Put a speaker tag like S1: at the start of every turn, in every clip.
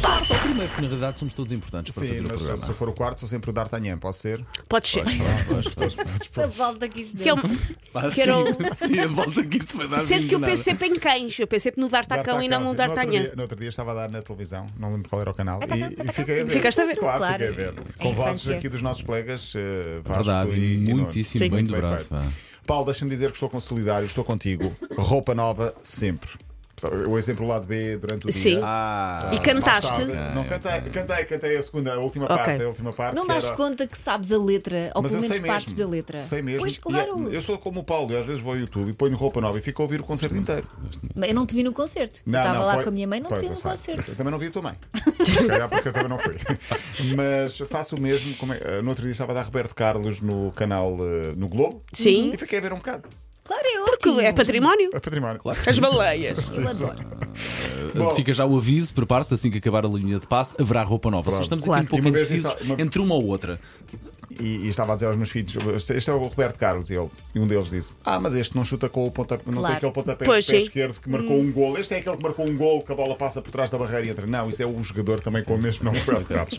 S1: passa?
S2: Só o primeiro, porque na realidade somos todos importantes para
S3: Sim,
S2: fazer o
S3: mas
S2: programa.
S3: se eu for o quarto, sou sempre o D'Artagnan, posso ser?
S1: Pode ser.
S3: Pois, pois, pois,
S4: A
S3: pois.
S4: volta que isto
S1: Que é
S4: deu.
S1: um-
S2: Pá,
S1: que era
S2: sim, sim, a volta que isto vai dar.
S1: Sendo que eu
S2: nada.
S1: pensei sempre em cães, eu pensei sempre no
S4: Tá
S1: D'Artacão e não no
S3: No outro,
S1: D'Artagnan.
S3: dia, no outro dia estava a dar na televisão, não lembro qual era o canal,
S4: É, tá,
S3: e, e fiquei a ver.
S1: Ficaste a ver?
S3: Claro,
S4: Claro.
S3: fiquei a ver.
S4: É
S3: Com vozes
S4: infância.
S3: aqui dos nossos colegas eh, Vasco
S2: Verdade,
S3: e, e Nuno.
S2: muitíssimo
S1: Sim.
S2: bem
S3: Muito bem
S2: dobrado.
S3: feito.
S2: pá.
S3: Paulo, deixa-me dizer que estou com solidário, estou contigo. Roupa nova, sempre. O exemplo lado B durante o dia.
S1: Sim.
S2: Ah,
S1: E cantaste?
S3: Passada. Não cantei, cantei, cantei a segunda, a última
S1: Ok.
S3: parte, a última parte.
S4: Não
S3: Ah, que
S4: dás
S3: era-
S4: conta que sabes a letra, ou
S3: Mas
S4: pelo
S3: eu
S4: menos
S3: sei
S4: partes
S3: mesmo,
S4: da letra.
S3: Sei mesmo.
S4: Pois
S3: E é-
S4: claro.
S3: eu sou como o Paulo, eu às vezes vou ao YouTube e ponho roupa nova e fico a ouvir o concerto inteiro.
S4: Mas Eu não te vi no concerto. eu estava lá
S3: foi-
S4: com a minha mãe, não te
S3: Pois,
S4: vi
S3: eu
S4: no
S3: sei.
S4: concerto.
S3: Eu também não vi a tua mãe. Se calhar porque eu também não fui. Mas faço o mesmo. Como é- no outro dia estava a dar Roberto Carlos no canal eh, no Globo.
S1: Sim.
S3: E fiquei a ver um bocado.
S4: Claro, é
S1: Que
S4: ótimo.
S1: é património.
S3: É património. Claro.
S1: As baleias.
S4: Eu adoro.
S3: Bom.
S2: Ah, Fica já o aviso, prepare-se assim que acabar a linha de passe, haverá roupa nova. Só estamos
S1: Claro.
S2: aqui um pouco
S3: E uma vez
S2: indecisos
S3: isso- uma-
S2: entre uma ou outra.
S3: E, e estava a dizer aos meus filhos: Este é o Roberto Carlos. E, ele, e um deles disse: Ah, mas este não chuta com o pontapé, não tem
S4: Claro.
S3: aquele pontapé
S1: Pois,
S3: de pé
S1: sim. Hum.
S3: esquerdo que marcou um gol. Este é aquele que marcou um gol que a bola passa por trás da barreira e entra. Não, isso é um jogador também com o mesmo nome, Roberto Carlos.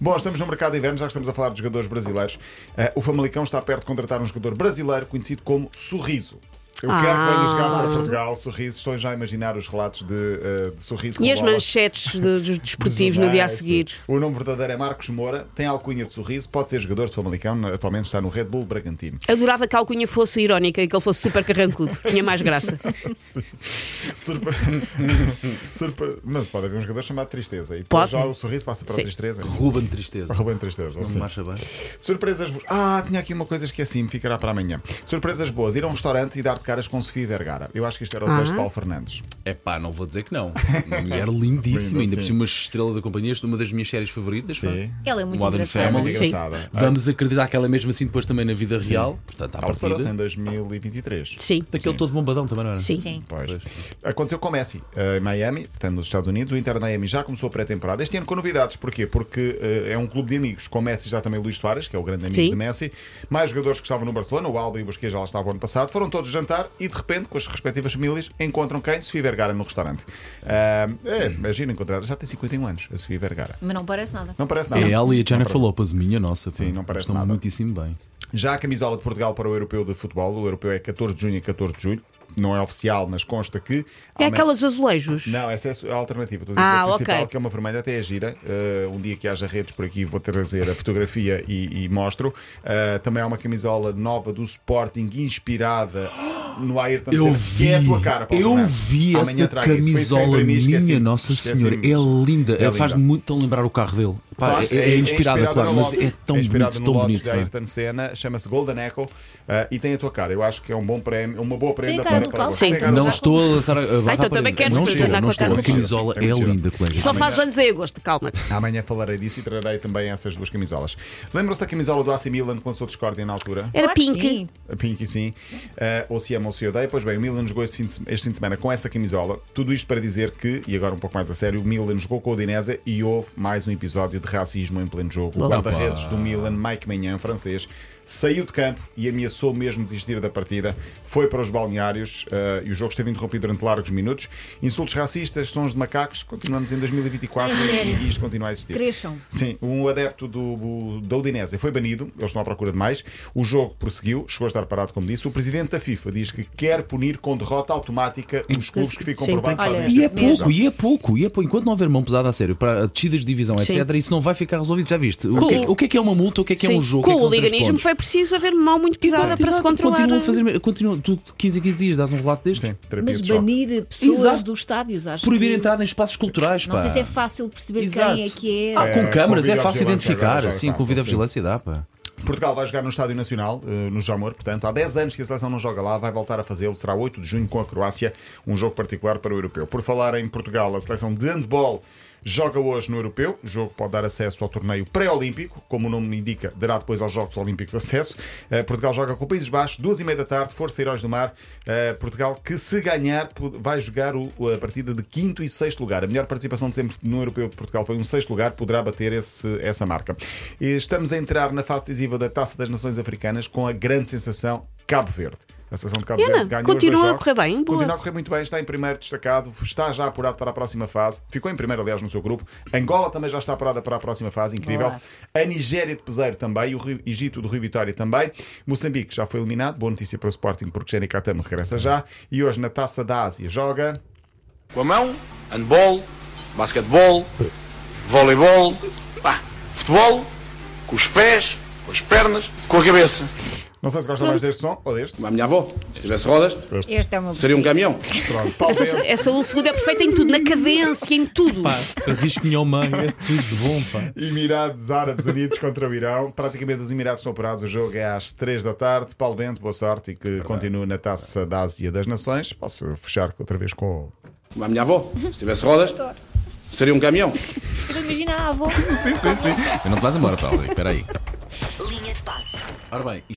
S3: Bom, estamos no mercado de inverno, já que estamos a falar de jogadores brasileiros. Eh, o Famalicão está perto de contratar um jogador brasileiro conhecido como Sorriso. Eu quero que venha jogar
S1: Ah.
S3: para Portugal, sorriso. Estou já a imaginar os relatos de, eh, de sorriso. com
S1: E as
S3: bola.
S1: manchetes do- dos desportivos no dia a
S3: Jornais,
S1: seguir.
S3: sim. O nome verdadeiro é Marcos Moura, tem alcunha de sorriso, pode ser jogador de Famalicão, atualmente está no Red Bull Bragantino.
S1: Adorava que a alcunha fosse irónica e que ele fosse super carrancudo. Tinha mais graça.
S3: Surpre... Surpre- Mas pode haver um jogador chamado Tristeza e depois
S1: Pode.
S3: já o sorriso passa para
S1: Sim.
S3: o Tristeza.
S2: Ruben Tristeza.
S3: Roubando Tristeza,
S2: Não
S3: sim.
S2: marcha bem.
S3: Surpresas boas. Ah, tinha aqui uma coisa esqueci-me, ficará para amanhã. Surpresas boas, ir a um restaurante e dar de caras com Sofia Vergara. Eu acho que isto era o
S1: Ah.
S3: desejo de Paulo Fernandes.
S2: É pá, não vou dizer que não. Uma mulher lindíssima,
S3: Linda,
S2: ainda por
S3: sim.
S2: cima estrela da companhia, esta é uma das minhas séries favoritas. pá.
S3: Sim.
S4: Ela é muito
S2: Modern
S4: engraçada.
S3: Muito
S2: Family.
S1: Sim.
S3: engraçada.
S2: Vamos acreditar que ela é mesmo assim depois também na vida real. Portanto, à
S3: Ela separou-se
S2: partida.
S3: em 2023.
S1: Sim.
S2: Daquele todo bombadão também, não era?
S1: Sim.
S4: Sim.
S3: Pois. Aconteceu com o Messi eh, em Miami, portanto, nos Estados Unidos. O Inter Miami já começou a pré-temporada. Este ano com novidades. Porquê? Porque eh, é um clube de amigos. Com o Messi já também Luís Soares, que é o grande amigo
S1: Sim.
S3: de Messi. Mais jogadores que estavam no Barcelona, o Alba e o Busquets já lá estavam ano passado. Foram todos jantar e, de repente, com as respectivas famílias, encontram quem? Sofia Vergara no restaurante. Ah, é, imagina encontrar. Já tem 51 anos, a Sofia Vergara.
S4: Mas não parece nada.
S3: Não parece nada.
S2: É ela e a Jennifer Lopez, minha nossa.
S3: Sim, não parece
S2: Estão
S3: nada.
S2: muitíssimo bem.
S3: Já a camisola de Portugal para o europeu de futebol. O europeu é 14 de junho e 14 de julho. Não é oficial, mas consta que.
S1: É
S3: amanhã-
S1: aquela dos azulejos.
S3: Não, essa é a alternativa. Estou a dizer
S1: Ah,
S3: que a principal,
S1: ok.
S3: que é uma vermelha, até é gira. Uh, um dia que haja redes por aqui, vou trazer a fotografia e, e mostro. Uh, também há uma camisola nova do Sporting, inspirada no Ayrton
S2: Eu
S3: Senna, que é a
S2: vi,
S3: tua cara, Paulo
S2: eu
S3: Fernandes.
S2: vi
S3: Amanhã
S2: essa
S3: trago isso. Foi feito
S2: camisola,
S3: em mim, esqueci-me.
S2: minha Nossa
S3: Esqueci-me.
S2: Senhora, é linda.
S3: É
S2: Faz-me
S3: linda.
S2: muito tão lembrar o carro dele. Pá,
S3: Faz-
S2: é, é inspirada,
S3: inspirado
S2: claro,
S3: no
S2: mas
S3: Lotus.
S2: é tão
S3: inspirado
S2: bonito,
S3: no
S2: tão
S3: Lotus
S2: bonito.
S3: da
S2: pá.
S3: Ayrton Senna, chama-se Golden Echo uh, e tem a tua cara. Eu acho que é um bom prémio, uma boa prenda
S4: a cara
S3: para-
S4: do
S3: para
S4: Paulo
S3: você.
S1: Sim,
S3: Tem a cara
S2: Não
S3: do-
S4: Já
S2: estou a lançar a, a barra
S1: então
S2: à
S1: também
S2: parede.
S1: quero
S2: Não
S1: tudo,
S2: estou,
S1: andar
S2: não
S1: com a
S2: estou.
S1: cara
S2: A camisola
S3: do
S2: é
S3: Paulo.
S2: linda, colega.
S1: Só faz anos em agosto, calma.
S3: Amanhã falarei disso e trarei também essas duas camisolas. Lembram-se da camisola do AC Milan que lançou Discordia na altura?
S1: Era
S4: Claro que
S1: pink.
S4: sim.
S3: A Pinky, sim. Eh, ou se ama ou se odeia. Pois bem, o Milan jogou este fim, de, se- este fim de semana com essa camisola. Tudo isto para dizer que, e agora um pouco mais a sério, o Milan jogou com o Udinese e houve mais um episódio de racismo em pleno jogo. O
S2: Opa.
S3: guarda-redes do Milan, Mike Manhã, francês, saiu de campo e ameaçou mesmo desistir da partida. Foi para os balneários eh, e o jogo esteve interrompido durante largos minutos. Insultos racistas, sons de macacos. Continuamos em 2024
S4: É sério?
S3: e isto continua a existir.
S4: Cresçam.
S3: Sim, um adepto do, do Udinese foi banido, eles estão à procura de mais. O jogo prosseguiu, chegou a estar parado, como disse. O presidente da FIFA diz que quer punir com derrota automática os clubes que ficam
S1: Sim,
S3: por baixo.
S4: olha,
S3: fazem
S2: E é
S3: esta
S4: Mesmo.
S2: pouco, e é pouco, e é pouco. Enquanto não houver mão pesada a sério para descidas de divisão,
S1: Sim.
S2: etc., isso não vai ficar resolvido. Já viste? O, que é, o que é que é uma multa? O que é que é um jogo?
S1: Com
S2: o que é que
S1: o
S2: são três
S1: liganismo
S2: pontos?
S1: foi preciso haver mal muito pesada
S2: Exato,
S1: para se
S2: exato.
S1: controlar. eh,
S2: Continuam
S4: eh,
S2: a fazer. Continuam, tu, 15 a 15 dias dás um relato destes.
S3: Sim, terapia
S4: Mas
S3: de choque.
S4: banir pessoas
S2: Exato.
S4: dos estádios, acho
S2: Proibir a
S4: que-
S2: entrada em espaços culturais.
S4: Não
S2: pá.
S4: sei se é fácil perceber
S2: Exato.
S4: quem é que é.
S2: Ah, com
S3: É,
S2: câmaras
S3: com
S2: é fácil
S3: videovigilância
S2: identificar.
S3: agora já é
S2: Sim,
S3: fácil,
S2: com videovigilância dá, pá.
S3: Portugal vai jogar no Estádio Nacional, eh, no Jamor, portanto, há 10 anos que a seleção não joga lá, vai voltar a fazê-lo, será 8 de junho com a Croácia, um jogo particular para o europeu. Por falar em Portugal, a seleção de handball joga hoje no europeu, o jogo pode dar acesso ao torneio pré-olímpico, como o nome indica, dará depois aos Jogos Olímpicos acesso. Eh, Portugal joga com o Países Baixos, duas e meia da tarde, Força Heróis do Mar, Eh, Portugal que se ganhar pode- vai jogar o- a partida de quinto e sexto lugar. A melhor participação de sempre no europeu de Portugal foi um sexto lugar, poderá bater esse- essa marca. E Estamos a entrar na fase decisiva decisiva da Taça das Nações Africanas com a grande sensação Cabo Verde. A seleção de Cabo
S1: Ana,
S3: Verde ganhou os
S1: continua
S3: dois
S1: a
S3: jogos.
S1: correr bem, boa.
S3: Continua a correr muito bem, está em primeiro destacado, está já apurado para a próxima fase. Ficou em primeiro, aliás, no seu grupo. Angola também já está apurada para a próxima fase, incrível.
S4: Boa.
S3: A Nigéria de Peseiro também, e o Rio- Egito do Rio Vitória também. Moçambique já foi eliminado, boa notícia para o Sporting, porque Jenny Katama regressa já. E hoje na Taça da Ásia joga.
S5: com a mão, é um? handball, basquetebol, voleibol, pá, futebol, com os pés, com as pernas, com a cabeça.
S3: Não sei se gostam mais deste som ou deste.
S5: A minha avó, se tivesse rodas,
S4: Este é o meu
S5: seria um
S4: preferido.
S5: caminhão.
S3: Pronto,
S1: É
S3: Paulo
S1: só,
S3: Bento.
S1: é só o segundo é perfeito em tudo, na cadência, em tudo.
S2: Risco manga, é tudo de bom, pá.
S3: Emirados Árabes Unidos contra o Irão. Praticamente os Emirados estão operados. O jogo é às 3 da tarde. Paulo Bento, boa sorte e que continue na taça da Ásia das Nações. Posso fechar outra vez com.
S5: A minha avó, se tivesse rodas, seria um caminhão.
S4: Mas imagina a avó.
S3: Sim, sim, sim.
S2: Eu não te vais embora, Paulo Rico, espera aí.
S6: Linha de passe.
S2: Ora bem,